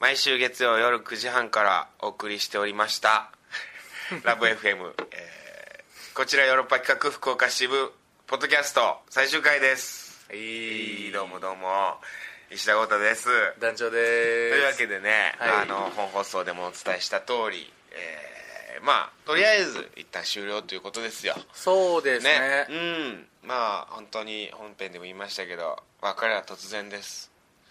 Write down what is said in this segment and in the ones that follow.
毎週月曜夜9時半からお送りしておりました 「ラブ f m えーこちらヨーロッパ企画福岡支部ポッドキャスト最終回ですいいどうもどうも石田豪太です団長でとーすいうわけでね、はいあの本放送でもお伝えした通り、えーまあとりあえず一旦終了ということですよそうですねねうんまあ本当に本編でも言いましたけど別れは突然です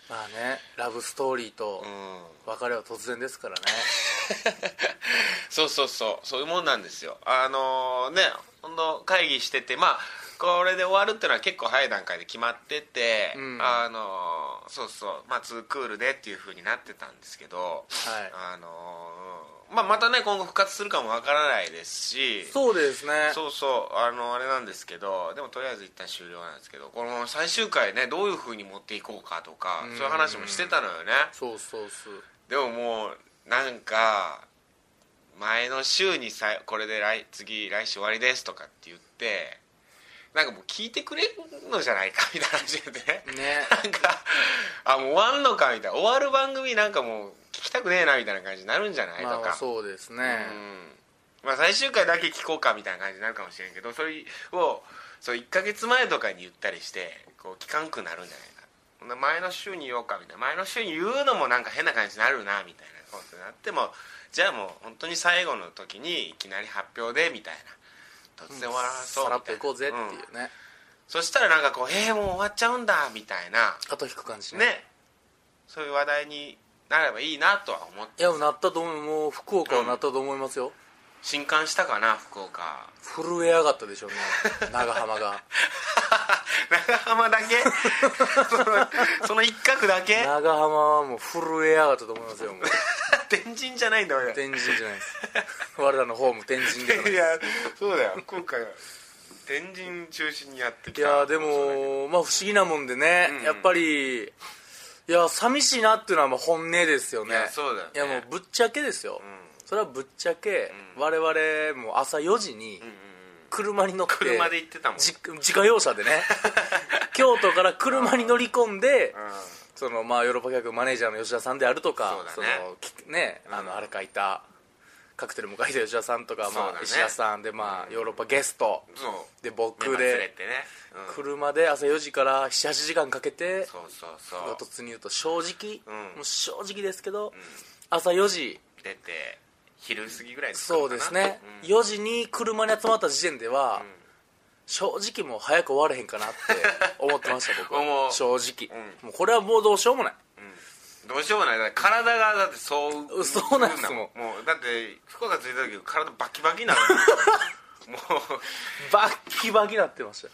まあねラブストーリーとうん別れは突然ですからね、 そうそうそうそういうもんなんですよあのねほんと会議しててまあこれで終わるってのは結構早い段階で決まってて、うんあのそうそうまあツークールでっていう風になってたんですけど、はいあのまあまたね今後復活するかもわからないですしそうですねそうそうあのあれなんですけどでもとりあえず一旦終了なんですけどこの最終回ねどういう風に持っていこうかとかそういう話もしてたのよねそうそうそうでももうなんか前の週にさこれで来次来週終わりですとかって言ってなんかもう聞いてくれんのじゃないかみたいな話でね ねなんかあもう終わんのかみたいな終わる番組なんかもう聞きたくねえなみたいな感じになるんじゃないとか、まあそうですね、うんまあ、最終回だけ聞こうかみたいな感じになるかもしれんけどそれをそう1ヶ月前とかに言ったりしてこう聞かんくなるんじゃないかほんな前の週に言おうかみたいな前の週に言うのもなんか変な感じになるなみたいなことになってもじゃあもう本当に最後の時にいきなり発表でみたいな突然終わらそうみたさらいなっといこうぜっていうねん、そしたらなんかこう「えー、もう終わっちゃうんだ」みたいな後引く感じねねそういう話題になればいいなとは思っていやもうなったと思うもう福岡はなったと思いますよ、新刊したかな福岡震えやがったでしょうね 長浜が長浜だ けそのその一角だけ長浜はもう震えやがったと思いますよもう天神じゃないんだ俺天神じゃないです我らのホーム天神でございいますやそう だよ今回は天神中心にやっていきたやでもまあ不思議なもんでね、うんやっぱりいや寂しいなっていうのはまあ本音ですよねいやそうだよねいやもうぶっちゃけですよ、うんそれはぶっちゃけ、我々もう朝4時うにんうん車に乗って車で行ってたもんじ自家用車でね 京都から車に乗り込んで、うんそのまあヨーロッパ企画マネージャーの吉田さんであるとかそうだねのきねあのあれ書いたカクテルも書いた吉田さんとか、そうだまねあ、石田さんで、まあ、ヨーロッパゲストそうで僕目まで連れてね、うん車で朝4時から78時間かけてそうそうまあそう突入と正直、うんもう正直ですけど、朝4時出て昼過ぎぐらいに着くそうのかでなすね、うん4時に車に集まった時点では、正直もう早く終われへんかなって思ってました 僕思うは正直、うんもうこれはもうどうしようもないどうしようもないだから体がだってそううそうなんですもんもうだって福岡着いた時体バキバキになる もうバッキバキなってましたよ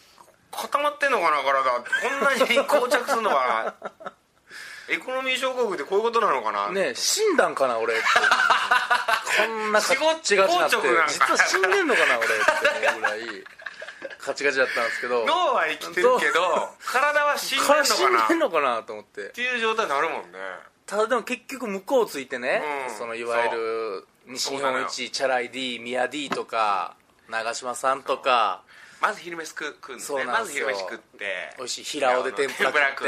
固まってんのかな体こんなに膠着するの かなエコノミー症候群ってこういうことなのかなねえ死んだんかな俺ってこんなカ死後ッチガチになって硬直なんか実は死んでんのかな俺って思うぐらいカチカチだったんですけど脳は生きてるけど体は死んでんのから死かなっんでんのかなと思ってていう状態になるもんねただでも結局向こうついてね、うんそのいわゆる西日本一チャラい D 宮 D とか長嶋さんとかまず昼飯食う食うんですそねうなまんずですよ昼飯食って美味しい平尾で天ぷら食って天食って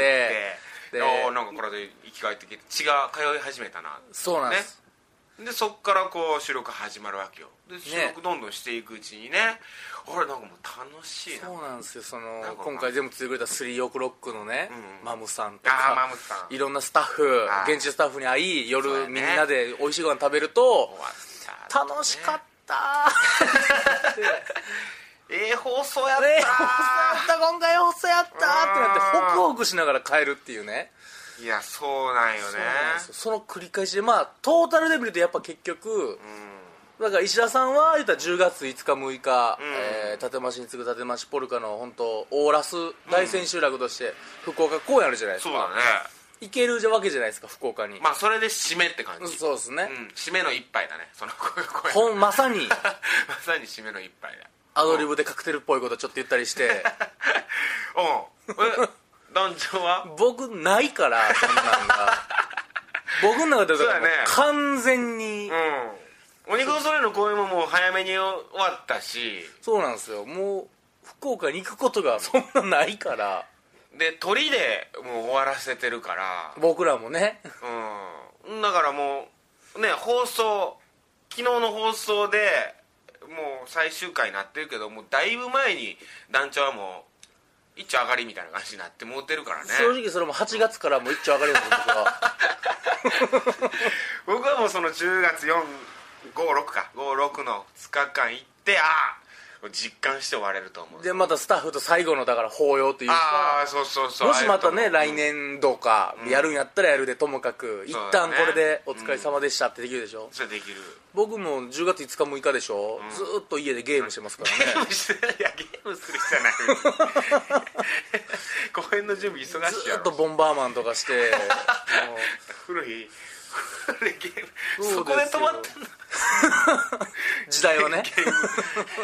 でおーなんかこれで生き返ってきて血が通い始めたなそうなんです、でそっからこう収録始まるわけよで収録どんどんしていくうちにねあれなんかもう楽しいなそうなんですよそのなんか今回全部ついてくれたスリーオクロックのね、うんマムさんとあかーマムさんいろんなスタッフあー現地スタッフに会いそう夜、やねみんなで美味しいご飯食べると終わった後ね楽しかったー ってええ放送やったあーれ細やった 今回細やったーってなってホクホクしながら帰るっていうねいやそうなんよねそうなんですよその繰り返しでまあトータルで見るとやっぱ結局、だから石田さんは言ったら10月5日6日、えー、立町に次ぐ立町ポルカの本当オーラス大千秋楽として福岡公演あるじゃないですそかうだね行けるわけじゃないですか福岡に、まあそれで締めって感じそうですねう、ん締めの一杯だねその声声ほんまさ にまさに締めの一杯だアドリブでカクテルっぽいことちょっと言ったりして うんえ団長 は僕ないからそんなんが僕の中でだからもうそうだね完全に、うんお肉のそれの公演ももう早めに終わったしそうなんですよもう福岡に行くことがそんなないからで鳥でもう終わらせてるから僕らもねうんだからもうね放送昨日の放送でもう最終回になってるけどもうだいぶ前に団長はもう一丁上がりみたいな感じになってもうてるからね正直それも8月からもう一丁上がりようと思ってたから僕はもうその10月456か56の2日間行ってああ実感して終われると 思うでまたスタッフと最後のだから抱擁というあかあそうそうそうもしまたねライ来年度かやるんやったらやるでともかく一そうだ旦ねこれでお疲れ様でしたってできるでしょそれできる僕も10月5日6日でしょずーっと家でゲームしてますからゲーねムしていやゲームする必 要ない公演の準備忙しいずやーっとろボンバーマンとかしてもう古い古いゲーム そそうこでです止よま ってんの時代はね、ゲーム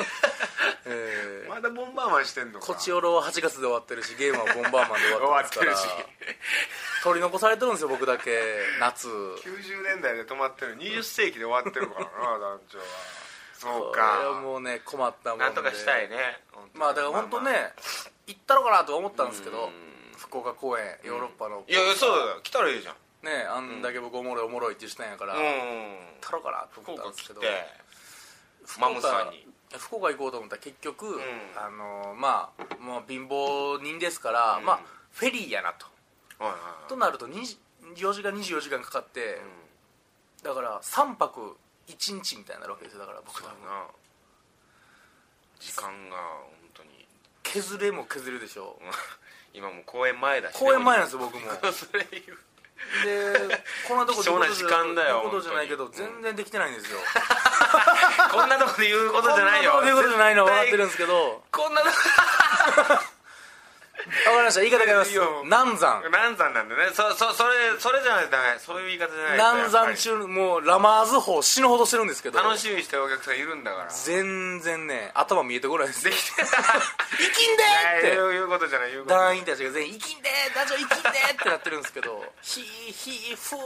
えーまだボンバーマンしてんのかこちおろは8月で終わってるしゲームはボンバーマンで終終わわっっててまるしすから取り残されてるんですよ僕だけ夏90年代で止まってる20世紀で終わってるから な団長はそうこれはかもうね困ったもんでなんとかしたいね本当まあだから本当ね、行ったろかなとは思ったんですけど福岡公演ヨーロッパの、いやいやそうだよ来たらいいじゃんねあんだけ僕おもろいおもろいって言ってたんやから、行っうんたろかなと福思ったん岡です来けてど福マムさんに福岡行こうと思ったら結局、んあのまあもう貧乏人ですから、んまあフェリーやなとはいはいとなると20 4時間24時間かかって、だから3泊1日みたいになるわけですよだから僕多そう分だな時間が本当に 削れも削るでしょうん今もう公演前だしね公演前なんですよ僕もそれ言うでこんなとこ貴重な時間だよこんなことじゃないけど本当に全然できてないんですよ こんなとこで言うことじゃないよこんなとこで言うことじゃないのは分かってるん絶ですけど分対こんなとこかりました言い方変えますいいよ難産難産なんでねそそそれそれじゃないとダメそういう言い方じゃないと難やっぱ産り中もうラマーズ法死ぬほどしてるんですけど楽しみにしてるお客さんいるんだから全然ね頭見えてこないですで生き てきんでないーっていういうことじゃないいうことじゃな団い員たちが全員「生きんでー団長生きんでー!」ってなってるんですけど「 ヒーヒーフ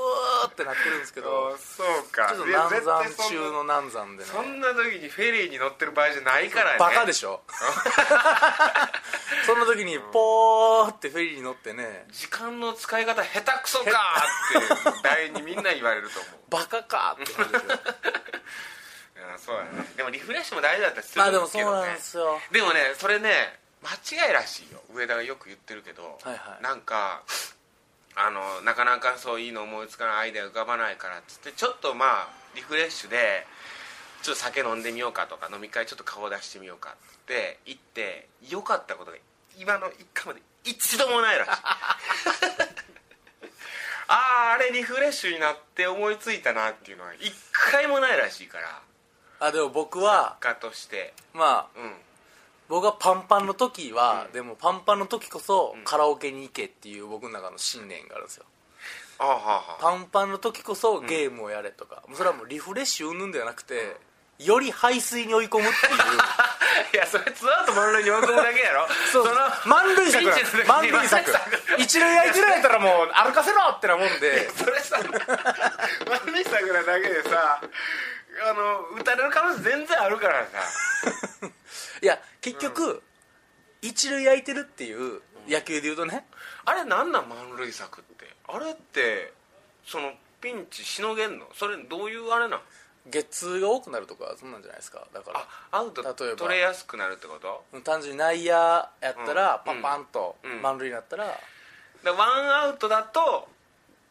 ー!」ってなってるんですけどそうかちょっといや難絶産対中の難産でねそんなそんな時にフェリーに乗ってる場合じゃないからねバカでしょ そんな時にポーってフェリーに乗ってね時間の使い方下手くそかーって 団員にみんな言われると思うバカかって感 じですようんそうだねでもリフレッシュも大事だったりするまあんででもすそけうどねなんですよでもねそれね間違いらしいよ上田がよく言ってるけど、はいはいなんかあのなかなかそういいの思いつかないアイデア浮かばないからっつってちょっとまあリフレッシュでちょっと酒飲んでみようかとか飲み会ちょっと顔出してみようかって言って良かったことが今の一回まで一度もない らしいあああれリフレッシュになって思いついたなっていうのは一回もないらしいからあでも僕は画家としてまあうん僕がパンパンの時は、うんでもパンパンの時こそ、んカラオケに行けっていう僕の中の信念があるんですよああはあはあパンパンの時こそゲームをやれとか、それはもうリフレッシュ云々ではなくてより排水に追い込むって いういやそれツーアウト満塁に追い込むだけやろ そうの満塁策なんピでンチすの時に満塁策満塁一塁空いてるんやったらもう歩かせろってなもんでそれ さ悪い桜だけでさあの打たれる可能性全然あるからさいや結局、一塁空いてるっていう野球で言うとねあれなんなん満塁策ってあれってそのピンチしのげんのそれどういうあれなんゲッツーが多くなるとかそんなんじゃないですかだからあアウト例えば取れやすくなるってこと単純に内野やったら、うんパンパンとうん満塁になったら、だからワンアウトだと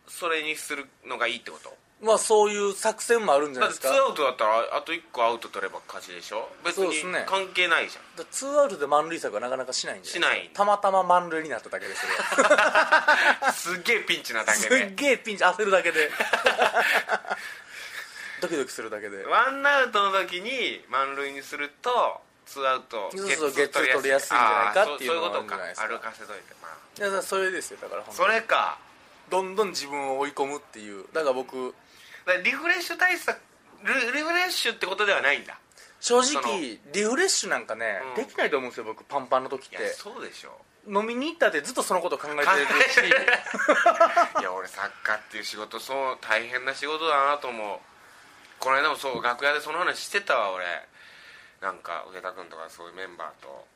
それにするのがいいってことまあそういう作戦もあるんじゃだないっでてすツーかだアウトだったらあと1個アウト取れば勝ちでしょ別そうでにすね関係ないじゃんからツーアウトで満塁策はなかなかしないんじゃしないたまたま満塁になっただけですよすっげえピンチなだけ すっでげえピンチ焦るだ けでドキドキするだけでワンアウトの時に満塁にするとツーアウトそうそうゲッツー取りやすいんじゃないかっていあーそうそううのはいうことあるんじかゃないで歩すかかせといてまあいやそれですよだから本当それかどんどん自分を追い込むっていうだから僕だからリフレッシュ対策リリフレッシュってことではないんだ正その直リフレッシュなんかね、うんできないと思うんですよ僕パンパンの時っいやてそうでしょ飲みに行ったってずっとそのこと考えてるし いや俺作家っていう仕事そう大変な仕事だなと思うこの間もそう楽屋でその話してたわ俺なんか上田君とかそういうメンバーと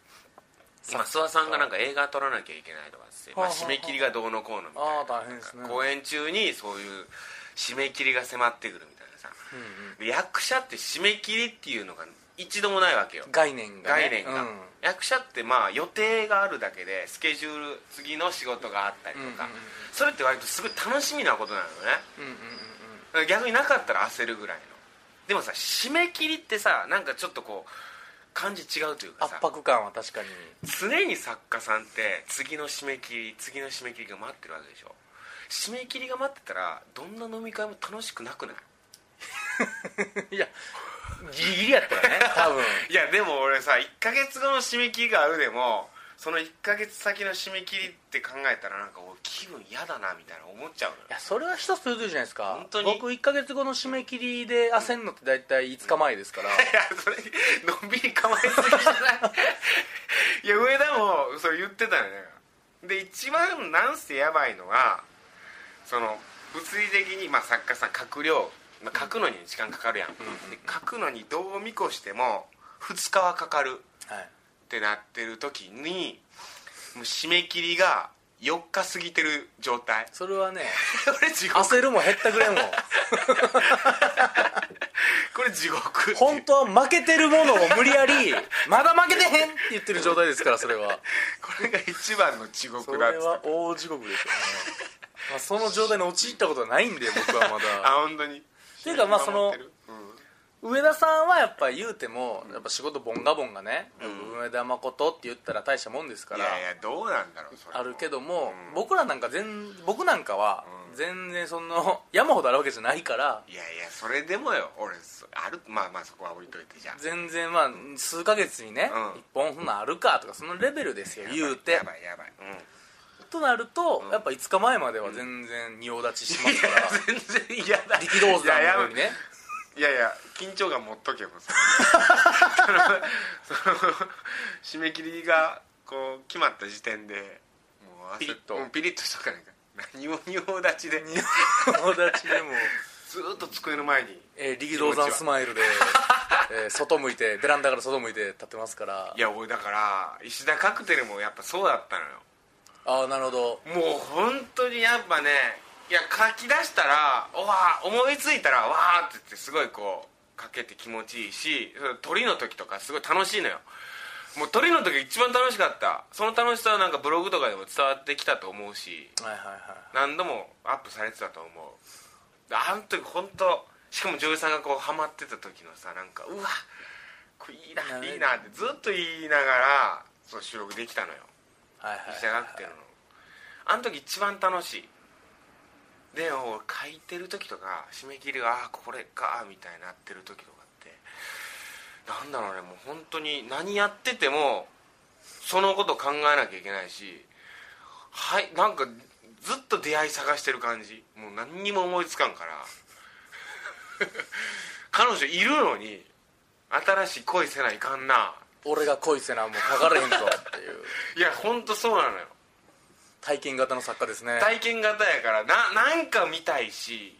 今諏訪さんがなんか映画撮らなきゃいけないとかっつって、まあ、はあはあ締め切りがどうのこうのみたいなああ大変ですね公演中にそういう締め切りが迫ってくるみたいなさ、で役者って締め切りっていうのが一度もないわけよ概念が、ね、概念が、うん役者ってまあ予定があるだけでスケジュール次の仕事があったりとか、うんうんうんそれって割とすごい楽しみなことなのねうんうんうんだから逆になかったら焦るぐらいのでもさ締め切りってさなんかちょっとこう感じ違うというか圧さ迫感は確かに常に作家さんって次の締め切り次の締め切りが待ってるわけでしょ締め切りが待ってたらどんな飲み会も楽しくなくないいやギリギリやったら ね多分いやでも俺さ1ヶ月後の締め切りがあるでもその1ヶ月先の締め切りって考えたらなんか俺気分嫌だなみたいな思っちゃうのよいやそれは一つ取れてるじゃないですか本当に僕1か月後の締め切りで焦んのって大体5日前です からいやそれのんびり構えすぎじゃない いや上田もそれ言ってたよねで一番なんせやばいのはその物理的に、まあ、作家さん書く量、まあ、書くのに時間かかるやん、で書くのにどう見越しても2日はかかるはいってなってる時にもう締め切りが4日過ぎてる状 態それはねこれ地獄焦るも減ったぐらいもこれ地獄って本当は負けてるものを無理やりまだ負けてへんって言ってる状態ですからそれはこれが一番の地そ獄れだっつっては大地獄ですよね、まあ、その状態に陥ったことはないんで僕はまあだ本当にていうかまあその守ってるうん上田さんはやっぱ言うてもやっぱ仕事ボンガボンがね、上田誠って言ったら大したもんですからいやいやどうなんだろうそれもあるけども、うん僕らなんか全僕なんかはうん全然その山ほどあるわけじゃないからいやいやそれでもよ俺そあるまあまあそこは置いといてじゃあ全然まあ数ヶ月にね、うん一本そんなんあるかとかそのレベルですよやばい言うてやばいやばいうん となると、うんやっぱ5日前までは全然仁王立ちしますから、 全然嫌だ力道山のようにいやねいやいや緊張感持っとけよ それそのその締め切りがこう決まった時点でもう焦っピリッとうんピリッとしとかないか何も仁王立ち で仁王立ちで も、ずーっと机の前にえー力道山スマイルで、えー外向いてベランダから外向いて立ってますからいや俺だから石田カクテルもやっぱそうだったのよああなるほどもう本当にやっぱねいや書き出したらうわー思いついたらわーって言ってすごいこう書けて気持ちいいしその鳥の時とかすごい楽しいのよもう鳥の時一番楽しかったその楽しさはなんかブログとかでも伝わってきたと思うしはいはいはい何度もアップされてたと思うであの時本当しかも女優さんがこうハマってた時のさなんかうわこれいいなるほどないいなってずっと言いながらそう収録できたのよはいはいじゃなくてのあの時一番楽しいでも書いてる時とか締め切りがああこれかみたいになってる時とかってなんだろうねもう本当に何やっててもそのこと考えなきゃいけないしはいなんかずっと出会い探してる感じもう何にも思いつかんから彼女いるのに新しい恋せないかんな俺が恋せなもうかかれへんぞっていういや本当そうなのよ体験型の作家ですね体験型やからななんか見たいし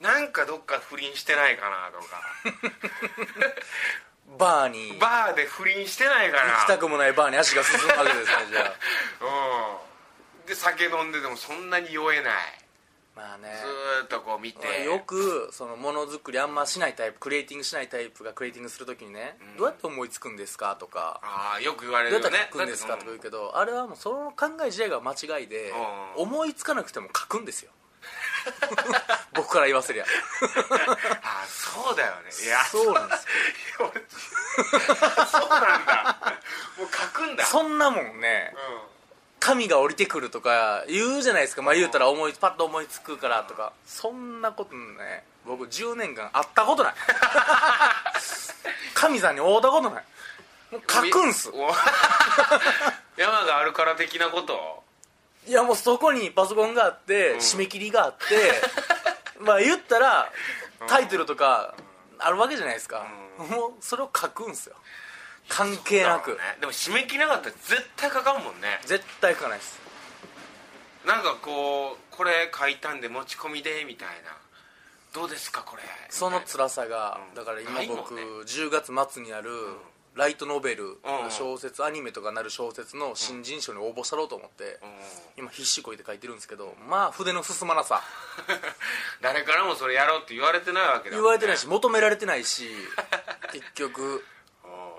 なんかどっか不倫してないかなとかバーに行バーで不倫してないかなきたくもないバーに足が進むわけですね じゃあうんで酒飲んでてもそんなに酔えないまあねずーっとこう見て俺よくそのものづくりあんましないタイプクリエイティングしないタイプがクリエイティングするときにね、うんどうやって思いつくんですかとかああよく言われどうるやよっねたら書くんですかとかだ言っうてけどあれはもうその考え自体が間違いでうん思いつかなくても書くんですよ 僕から言わせりゃうんああそうだよねいやそうなんですよ俺そうなんだもう書くんだそんなもんね神が降りてくるとか言うじゃないですかまあ言うたら思いパッと思いつくからとかそんなことね僕10年間会っ たことない神さんに会うたことないもう書うんくんすお 山があるから的なこといやもうそこにパソコンがあって、締め切りがあって まあ言ったらタイトルとかあるわけじゃないですか、もうそれを書くんすよ関係なく、だからねでも締め切りなかったら絶対書かんもんね絶対書かないですなんかこうこれ書いたんで持ち込みでみたいなどうですかこれそのみたい辛さが、うんだから今ないもん僕、ね10月末にあるライトノベル、小説アニメとかなる小説の新人賞に応募したろうと思って、今必死こいて書いてるんですけどまあ筆の進まなさ 誰からもそれやろうって言われて ないわけだもんね言われてないし求められてな いし結局うん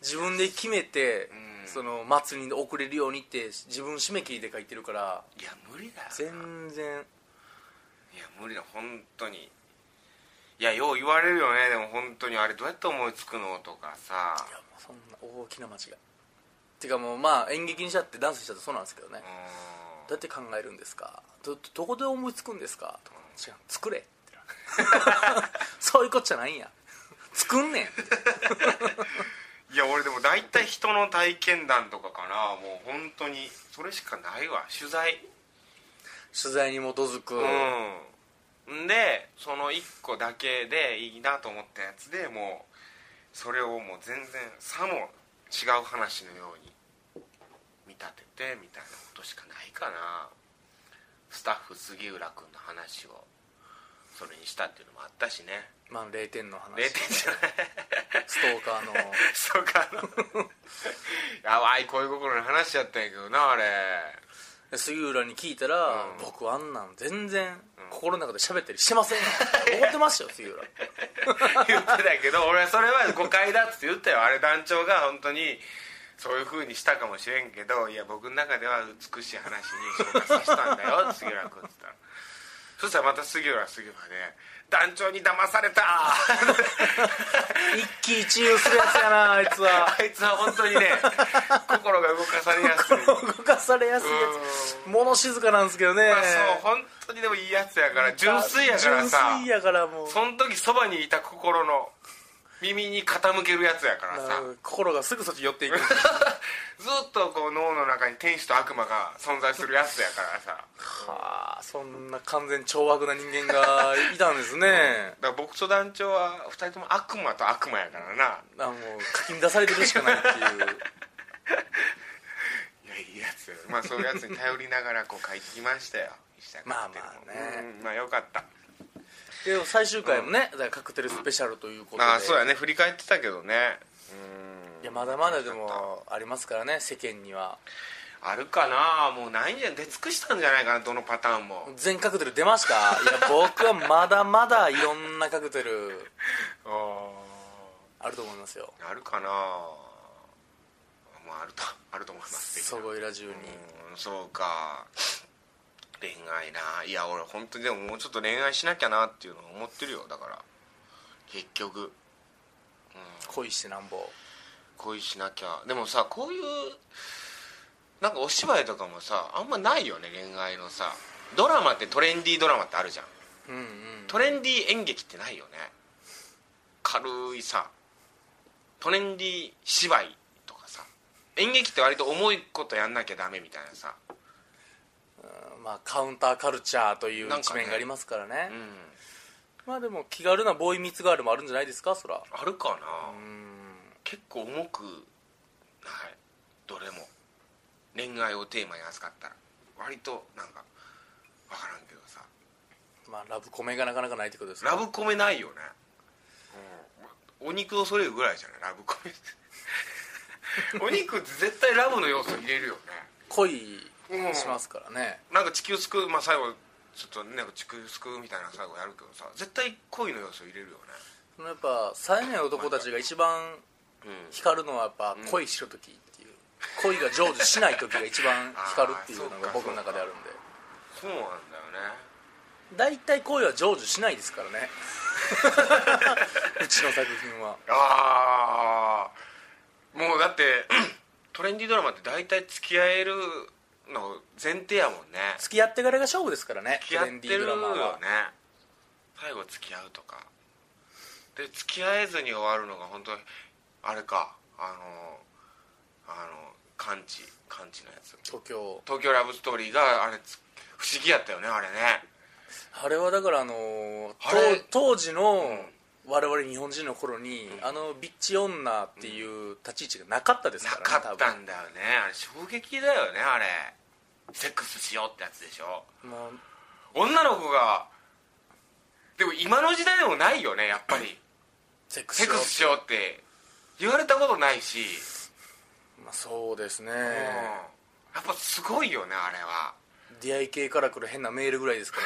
自分で決めて、うんその祭りに送れるようにって自分締め切りで書いてるからいや無理だよ全然いや無理だ本当にいやよう言われるよねでも本当にあれどうやって思いつくのとかさいやもうそんな大きな間違いてかもうまあ演劇にしたってダンスにしたってそうなんですけどね、うどんうやって考えるんですかどどこで思いつくんですかとか違う作れって そういうことじゃないんや作んねんっていや俺でも大体人の体験談とかかなもう本当にそれしかないわ取材取材に基づく、うんでその1個だけでいいなと思ったやつでもうそれをもう全然さも違う話のように見立ててみたいなことしかないかなスタッフ杉浦君の話をそれにしたっていうのもあったしねまあ0点の話0点じゃないストーカーのそうかあのやばい恋心の話やったんやけどなあれ杉浦に聞いたら、うん僕あんなん全然心の中で喋ったりしてませ ん怒ってましたよ杉浦言ってたけど俺はそれは誤解だっつって言ったよあれ団長が本当にそういう風にしたかもしれんけどいや僕の中では美しい話に昇華させたんだよ杉浦君っつ ったらそしたらまた杉浦は杉浦で「団長に騙された! 一喜一憂するやつやなあいつ」はあいつは本当にね心が動かされやすいま動かされやすいやつ物静かなんですけどね、あそう本当にでもいいやつやから純粋やからさ純粋やからもうその時そばにいた心の耳に傾けるやつやからさ心がすぐそっち寄 っていくずっとこう脳の中に天使と悪魔が存在するやつやからさはあそんな完全懲悪な人間 がいたんですねだから僕と団長は2人とも悪魔と悪魔やからなあもうかき乱されてるしかないっていういやいいやつまあそういうやつに頼りながらこう書いてきましたよ石田君まあまあねうんまあよかったで も最終回もね、だからカクテルスペシャルということでまあそうやね振り返ってたけどねうんいやまだまだでもありますからね世間にはあるかなもうないんじゃ出尽くしたんじゃないかなどのパターンも全カクテル出ましたいや僕はまだまだいろんなカクテルああると思いますよるかなまああるとあると思いますそごいラ中にうんそうか恋愛ないや俺本当にでももうちょっと恋愛しなきゃなっていうのを思ってるよだから結局恋してなんぼ恋しなきゃでもさこういうなんかお芝居とかもさあんまないよね恋愛のさドラマってトレンディードラマってあるじゃんうんうんトレンディー演劇ってないよね軽いさトレンディー芝居とかさ演劇って割と重いことやんなきゃダメみたいなさまあ、カウンターカルチャーというなん一かね面がありますからねうんまあでも気軽なボーイミーツガールもあるんじゃないですかそあらるかな、うん結構重くないどれも恋愛をテーマに扱ったら割となんか分からんけどさまあラブコメがなかなかないってことですかラブコメないよね、うん、お肉をそれるぐらいじゃないラブコメって お肉って絶対ラブの要素入れるよね恋しますからね、なんか地球救うまあ最後ちょっとねなんか地球救うみたいな最後やるけどさ絶対恋の要素入れるよねそのやっぱ冴えない男たちが一番うん光るのはやっぱ恋しろ時っていう、恋が成就しない時が一番光るっていうのが僕の中であるんでそうなんだよね大体恋は成就しないですから ねうちの作品はああもうだって トレンディードラマって大体付き合えるの前提やもんね付き合ってからが勝負ですからね付きト合っレンデてィーるドラマよはね最後付き合うとかで付き合えずに終わるのが本当にあれかあのあの完治完治のやつ東京東京ラブストーリーがあれつ不思議やったよねあれねあれはだからあのーあれと当時の我々日本人の頃に、あのビッチ女っていう立ち位置がなかったですなからねかった多んだよねあれ衝撃だよねあれセックスしようってやつでしょ分もう女の子がでも今の時代でもないよねやっぱりセックスセックスしようって言われたことないし、まあ、そうですね、うん、やっぱすごいよねあれは出会い系から来る変なメールぐらいですか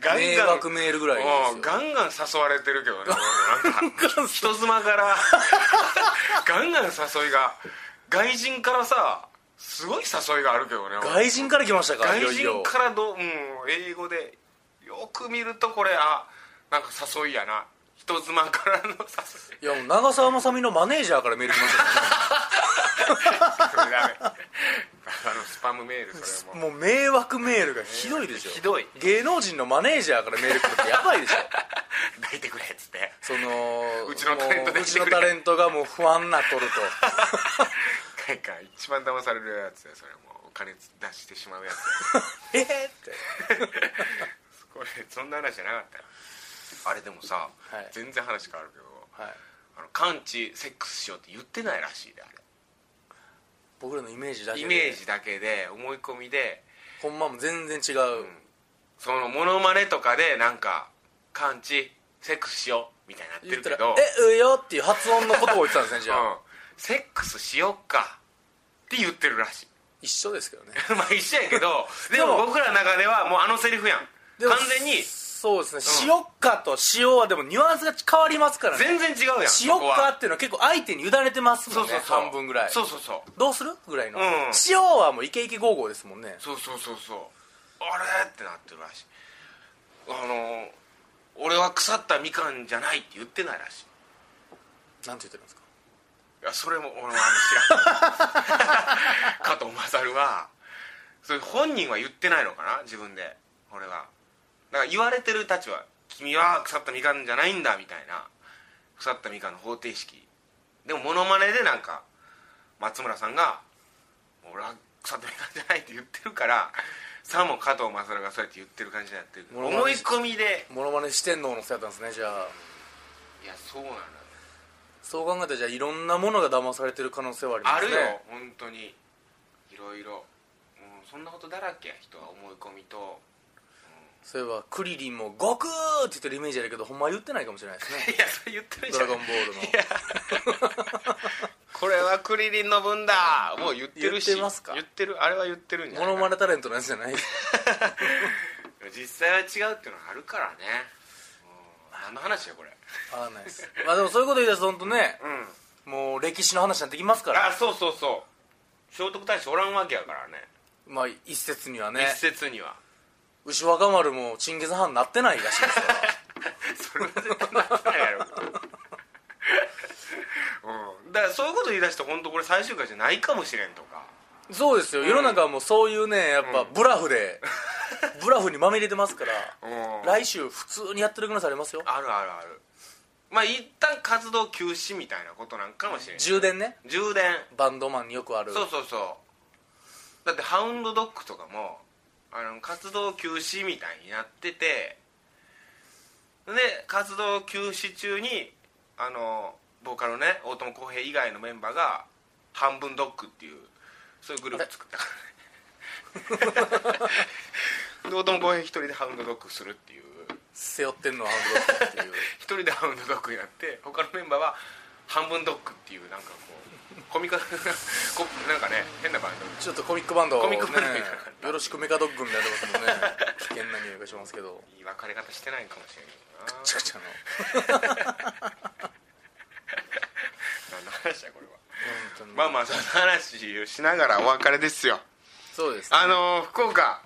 らガねン迷ガン惑メールぐらいでうんすよガンガン誘われてるけどね俺なんか人妻から ガンガン誘いが外人からさすごい誘いがあるけどね俺外人から来ましたか外いよいよ人からどう、うん、英語でよく見るとこれあなんか誘いやな人妻からの誘いいやもう長澤まさみのマネージャーからメール来ましたかそれダメあのスパムメールそれらもねもう迷惑メールがひどいでしょひどい芸能人のマネージャーからメール来るってやばいで しょ抱いてくれっつってそのうちのタレントもうでうしちてのくれタレントがもう不安なっとる なんか一番騙されるやつだよそれもうお金出してしまうやつだよとえっってこれそんな話じゃなかったよあれでもさ、はい全然話変わるけどはいあの完治セックスしようって言ってないらしいであれ僕らのイメージだけでイメージだけで思い込みでほんまもう全然違う、そのモノマネとかでなんか「完治セックスしよう」みたいになって言るっけたらど「えうよ」っていう発音のことを言ってたんです ねじゃあ、うん、セックスしよっかって言ってるらしい一緒ですけどね まあ一緒やけ どでもでも僕らの中ではもうあのセリフやんでも完全にそうですね「しよっか」と「しよう」はでもニュアンスが変わりますからね全然違うやん「しよそこっはか」っていうのは結構相手に委ねてますそもうんねそうそう半分ぐらいそうそうそうどうするぐらいのう「んしよう」はもうイケイケゴーゴーですもんねそうそうそうそうあれってなってるらしいあの俺は腐ったみかんじゃないって言ってないらしいなんて言ってるんですかいやそれも俺もあの知らん 加藤勝はそれ本人は言ってないのかな自分で俺はだから言われてる立場君は腐ったみかんじゃないんだみたいな腐ったみかんの方程式でもモノマネでなんか松村さんが「俺は腐ったみかんじゃない」って言ってるからさも加藤勝がそうやって言ってる感じになってるモノマネ思い込みでモノマネしてんののせやったんですねじゃあいやそうなのよそう考えたらじゃあいろんなものが騙されてる可能性はありまあするねよ本当にいろいろもうそんなことだらけや人は思い込みとそういえばクリリンも「悟空!」って言ってるイメージあるけどほんま言ってないかもしれないですね いやそれ言ってるドじゃラんゴンボールのこれはクリリンの分だもう言ってるし言ってますか言ってるあれは言ってるんじゃなモいノマネタレントのやつじゃない実際は違うっていうのはあるからねうん何の話やこれわかんないですまあでもそういうこと言い出すと本当ねうんもう歴史の話になってきますからあそうそうそう聖徳太子おらんわけやからねまあ一説にはね一説には牛若丸もチンゲス・ハンなってないらしいです か らそれは絶対なってないやろ うん、だからそういうこと言い出して本当これ最終回じゃないかもしれんとかそうですよ世の中はもうそういうねやっぱブラフでブラフにまみれてますからうん来週普通にやってる可能性ありますよあるあるあるまあ一旦活動休止みたいなことなんかもしれない充電ね充電バンドマンによくあるそうそうそうだってハウンドドッグとかもあの活動休止みたいになっててで活動休止中にあのボーカルのね大友康平以外のメンバーが半分ドッグっていうそういうグループ作ったからねで大友康平一人でハウンドドッグするっていう背負ってんのはハンドドッグっ ていう一人でハウンドドッグやって他のメンバーは半分ドッグっていうなんかこうコミカルな こなんかね変なバンドちょっとコミックバンドをコねミックバンドみたいなよろしくメカドッグみたいなとこもね危険な匂いがしますけどいい別れ方してないかもしれないけどなちゃくちゃの何の話だこれは本当 にまあまあその話をしながらお別れですよそうですねあのー福岡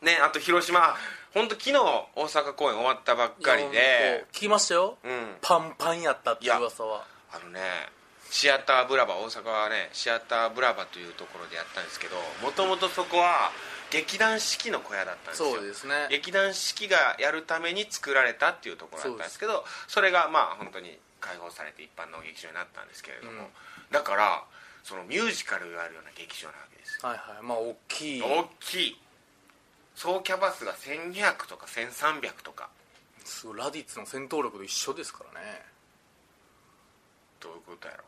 ねあと広島本当昨日大阪公演終わったばっかりで聞きましたよ、うんパンパンやったっていう噂はあのねシアターブラバ大阪はねシアターブラバというところでやったんですけどもともとそこは劇団四季の小屋だったんですよそうですね劇団四季がやるために作られたっていうところだったんですけどそれがまあ本当に開放されて一般の劇場になったんですけれども、うんだからそのミュージカルをやるような劇場なわけですよはいはいまあ大きい大きい総キャバ数が1200とか1300とかすごいラディッツの戦闘力と一緒ですからねどういうことやろ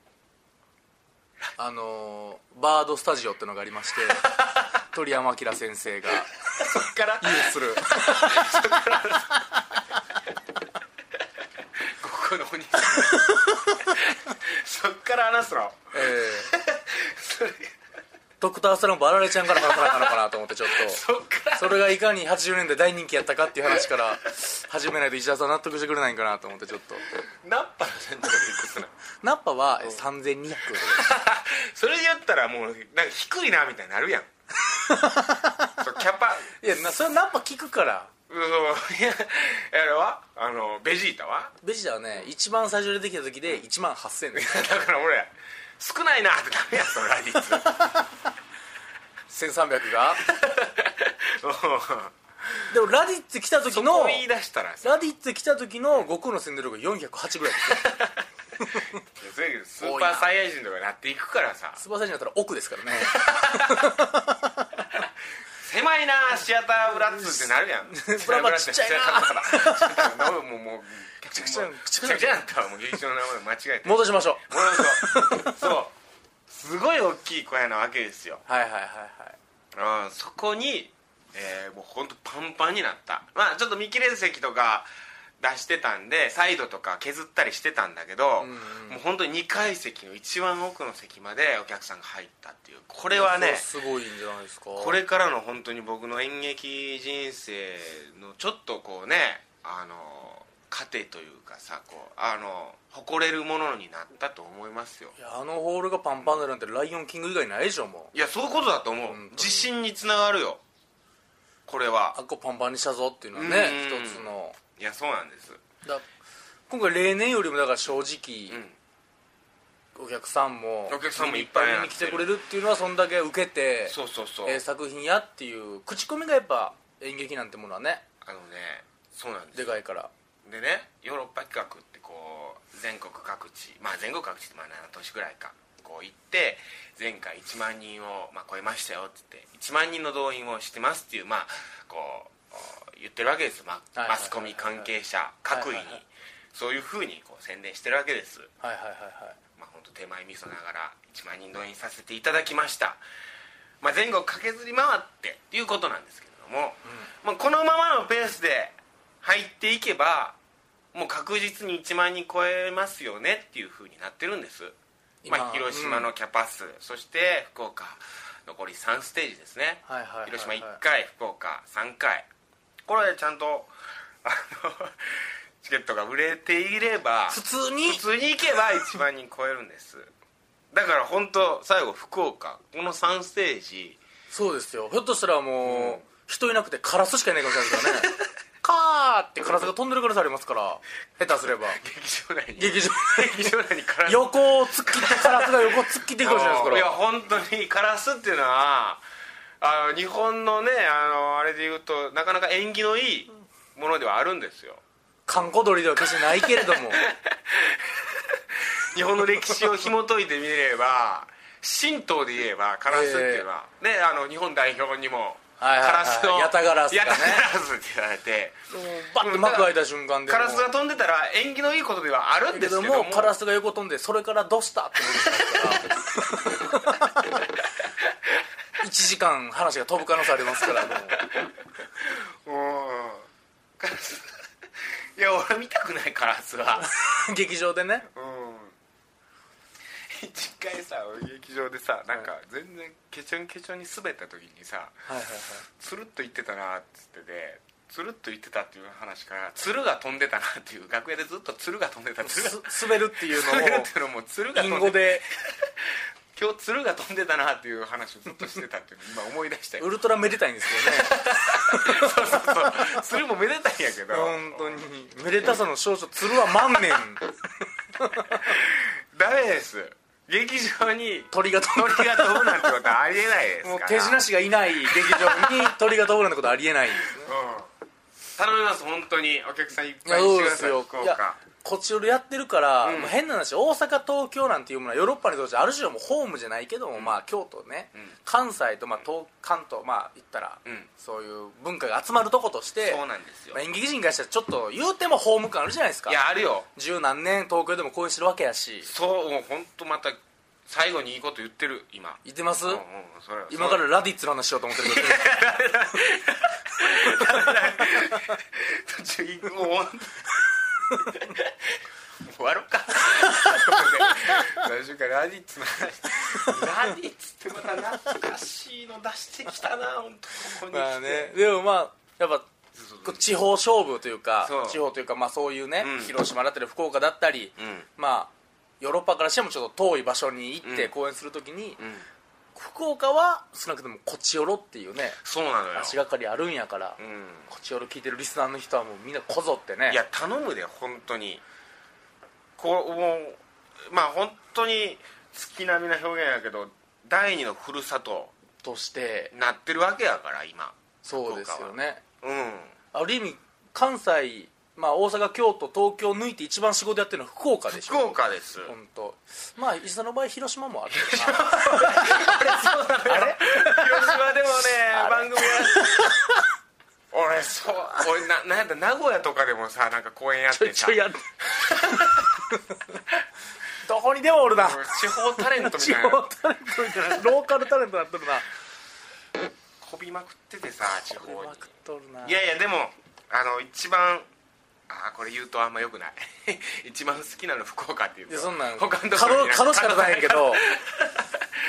あのーバードスタジオってのがあり まして鳥山明先生がそっから有する ここのお兄さん ター・スタローンとあられちゃんから話さなあかんのかなと思ってちょっそっからとそれがいかに80年代大人気やったかっていう話から始めないと石田さん納得してくれないんかなと思ってちょっとナッパの先生がいくつなのナッパはえ3200それでやったらもうなんか低いなみたいになる やんそうキャパいやなそれナッパ聞くからそういややろはあのベジータはベジータはね一番最初に出てきた時で1万8000だから俺少ないなってダメやんそのラディッツ1300がうんでもラディッツ来た時そのこを言い出したらさラディッツ来た時の悟空の戦闘力が408ぐらいですよそうやけどスーパーサイヤ人とかになっていくからさスーパーサイヤ人だったら奥ですからね狭いなシアターブラッツってなるやんブラマちっちゃいなもうもうもうめちゃくちゃくちゃくちゃやったわもう劇場の名前間違えて戻しましょう俺もそうそうすごい大きい小屋なわけですよはいはいはいうんそこに、えーもう本当パンパンになったまあちょっと見切れ席とか出してたんでサイドとか削ったりしてたんだけど、んうんもう本当に2階席の一番奥の席までお客さんが入ったっていうここれはねすごいんじゃないですかこれからの本当に僕の演劇人生のちょっとこうねあの糧というかさこうあの誇れるものになったと思いますよいやあのホールがパンパンになるなんてライオンキング以外ないでしょもういやそういうことだと思う本当に自信につながるよこれはあっこパンパンにしたぞっていうのはねうん一つのいやそうなんですだ今回例年よりもだから正直、うお客さんもお客さんもいっぱい見に来てくれるっていうのはそんだけ受けんてそうそうそう、えー作品やっていう口コミがやっぱ演劇なんてものはねあのねそうなんですでかいからでねヨーロッパ企画ってこう全国各地まあ全国各地ってまあ7都市ぐらいかこう行って前回1万人を、まあ、超えましたよって言って1万人の動員をしてますっていうまあこうお言ってるわけですよ、まあはいはいはいはいマスコミ関係者各位に、はいはいはいそういうふうにこう宣伝してるわけですはいはいはいはいまあ本当手前味噌ながら1万人動員させていただきました、まあ、全国駆けずり回ってっていうことなんですけれども、まあ、このままのペースで入っていけばもう確実に1万人超えますよねっていうふうになってるんです、今まあ、広島のキャパ数、そして福岡残り3ステージですね、はいはいはいはい広島1回福岡3回これちゃんとあのチケットが売れていれば普通に普通に行けば1万人超えるんですだから本当最後福岡この3ステージそうですよひょっとしたらもう、うん人いなくてカラスしかいないかもしれないですからね カーってカラスが飛んでる可能性ありますから下手す れば劇場内に劇場劇場内にカラス横を突っ切ってカラスが横を突っ切っていくかもしれないですからいや本当にカラスっていうのはあの日本のねあのあれで言うとなかなか縁起のいいものではあるんですよ観光鳥では決してないけれども日本の歴史を紐解いてみれば神道で言えばカラスっていうのは、ねあの日本代表にもカはいはいはラいスのヤタガラスがねヤタガラスって言われてバッて幕開いた瞬間でカラスがも飛んでたら縁起のいいことではあるんうでけすどけどももカラスが横飛んでそれからどうしたってことですから1時間話が飛ぶ可能性ありますからもううんカラスいや俺見たくないカラスは劇場でねうん一回さ俺劇場でさなんか全然ケチョンケチョンに滑った時にさはいはいはいつるっと言ってたなっつっててつるっと言ってたっていう話からつるが飛んでたなっていう楽屋でずっとつるが飛んでた鶴がす滑るっていう飛んでるのをっていうのもつるがイ飛ンんでゴたで今日つるが飛んでたなっていう話をずっとしてたっていうの今思い出したよウルトラめでたいんですそうそうそうつるもめでたいんやけどけどね本当にめでたさの少々鶴は万年ダメです劇場に鳥が飛ぶ鳥が飛ぶなんてことはありえないですからもう手品師がいない劇場に鳥が飛ぶなんてことありえないうん頼みます本当にお客さんいっいぱやいにしそてうくださですい福よ岡いやこっちよりやってるから、んまあ変な話大阪東京なんていうものはヨーロッパにとってある種もうホームじゃないけども、まあ京都ね、ん関西と、まあ、東関東まあ言ったら、うんそういう文化が集まるとことしてそうなんですよまあ、演劇人からしたらちょっと言うてもホーム感あるじゃないですかいやあるよ十何年東京でも公演してるわけやしそうもう本当また最後にいいこと言ってる今言ってます、うんうんそれ今かそらうラディッツの話しようと思ってるけど途中行くもう 本当にもう終わろうか最終週間ラディッツの話ラディッツってまた懐かしいの出してきたな本当ここ に来て、まあねでもまあやっぱそうそうこう地方勝負というかそう地方というかまあそういうね、うん広島だったり福岡だったり、うんまあヨーロッパからしてもちょっと遠い場所に行ってうん公演するときに、うん福岡は少なくともこっちよろっていうねそうなのよ足がかりあるんやから、うんこっちよろ聞いてるリスナーの人はもうみんなこぞってねいや頼むで本当にこうもうまあ本当に月並みな表現やけど第二のふるさととしてなってるわけやから今そうですよねうんある意味関西、まあ、大阪京都東京抜いて一番仕事やってるのは福岡でしょ福岡です本当。まあ石田の場合広島もある 広島でもねあれ番組や俺そう俺ななんやった名古屋とかでもさなんか公演やっちょいてちさょいやる どこにでもおるな 俺地方タレントみ地たい方なタレントみたいなローカルタレントなっとるなこびまくっててさ地方うまにくっとるないやいやでもあの一番あーこれ言うとあんまよくない 一番好きなの福岡っていういとやそんなん他のと角ころに角しか出さへん けど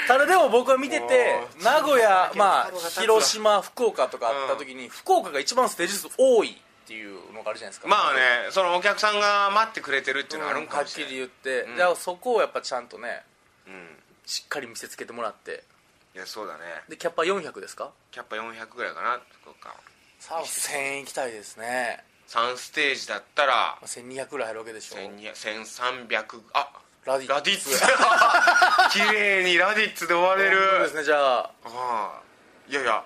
ただでも僕は見ててもう名古屋まあ角が立つわ広島福岡とかあった時に、福岡が一番ステージ数多いっていうのがあるじゃないですかまあねそのお客さんが待ってくれてるっていうのはあるんかはもっしきれなりい、言って、んじゃあそこをやっぱちゃんとねうんしっかり見せつけてもらっていやそうだねでキャッパ400ですかキャッパ400ぐらいかな福岡さあ1000円いきたいですね3ステージだったらまあ1200ぐらい入るわけでしょ1200 1300あラディラディッ ツ綺麗にラディッツで終われるそうですねじゃあああいやいや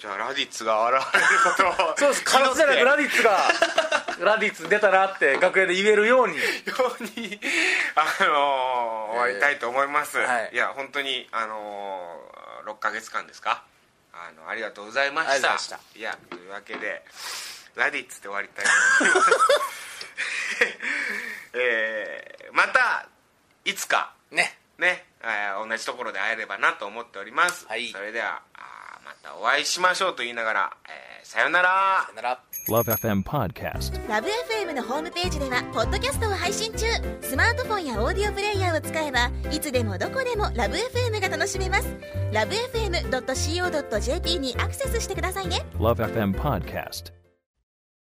じゃあラディッツが現れることをそうですカラスじゃなくラディッツがラディッツ出たなって楽屋で言えるようにように、あのー、終わりたいと思います、はいい、や本当にあのー、6ヶ月間ですかあのありがとうございましたありがとうございまいやというわけでラディッツで終わりたいと思います えーまたいつかねね、えー同じところで会えればなと思っております、はいそれではあーまたお会いしましょうと言いながら、えーさよならさよなら Love FM Podcast. ラブ f m のホームページではポッドキャストを配信中スマートフォンやオーディオプレイヤーを使えばいつでもどこでもラブ f m が楽しめますラブ FM.co.jp にアクセスしてくださいね Love FM Podcast.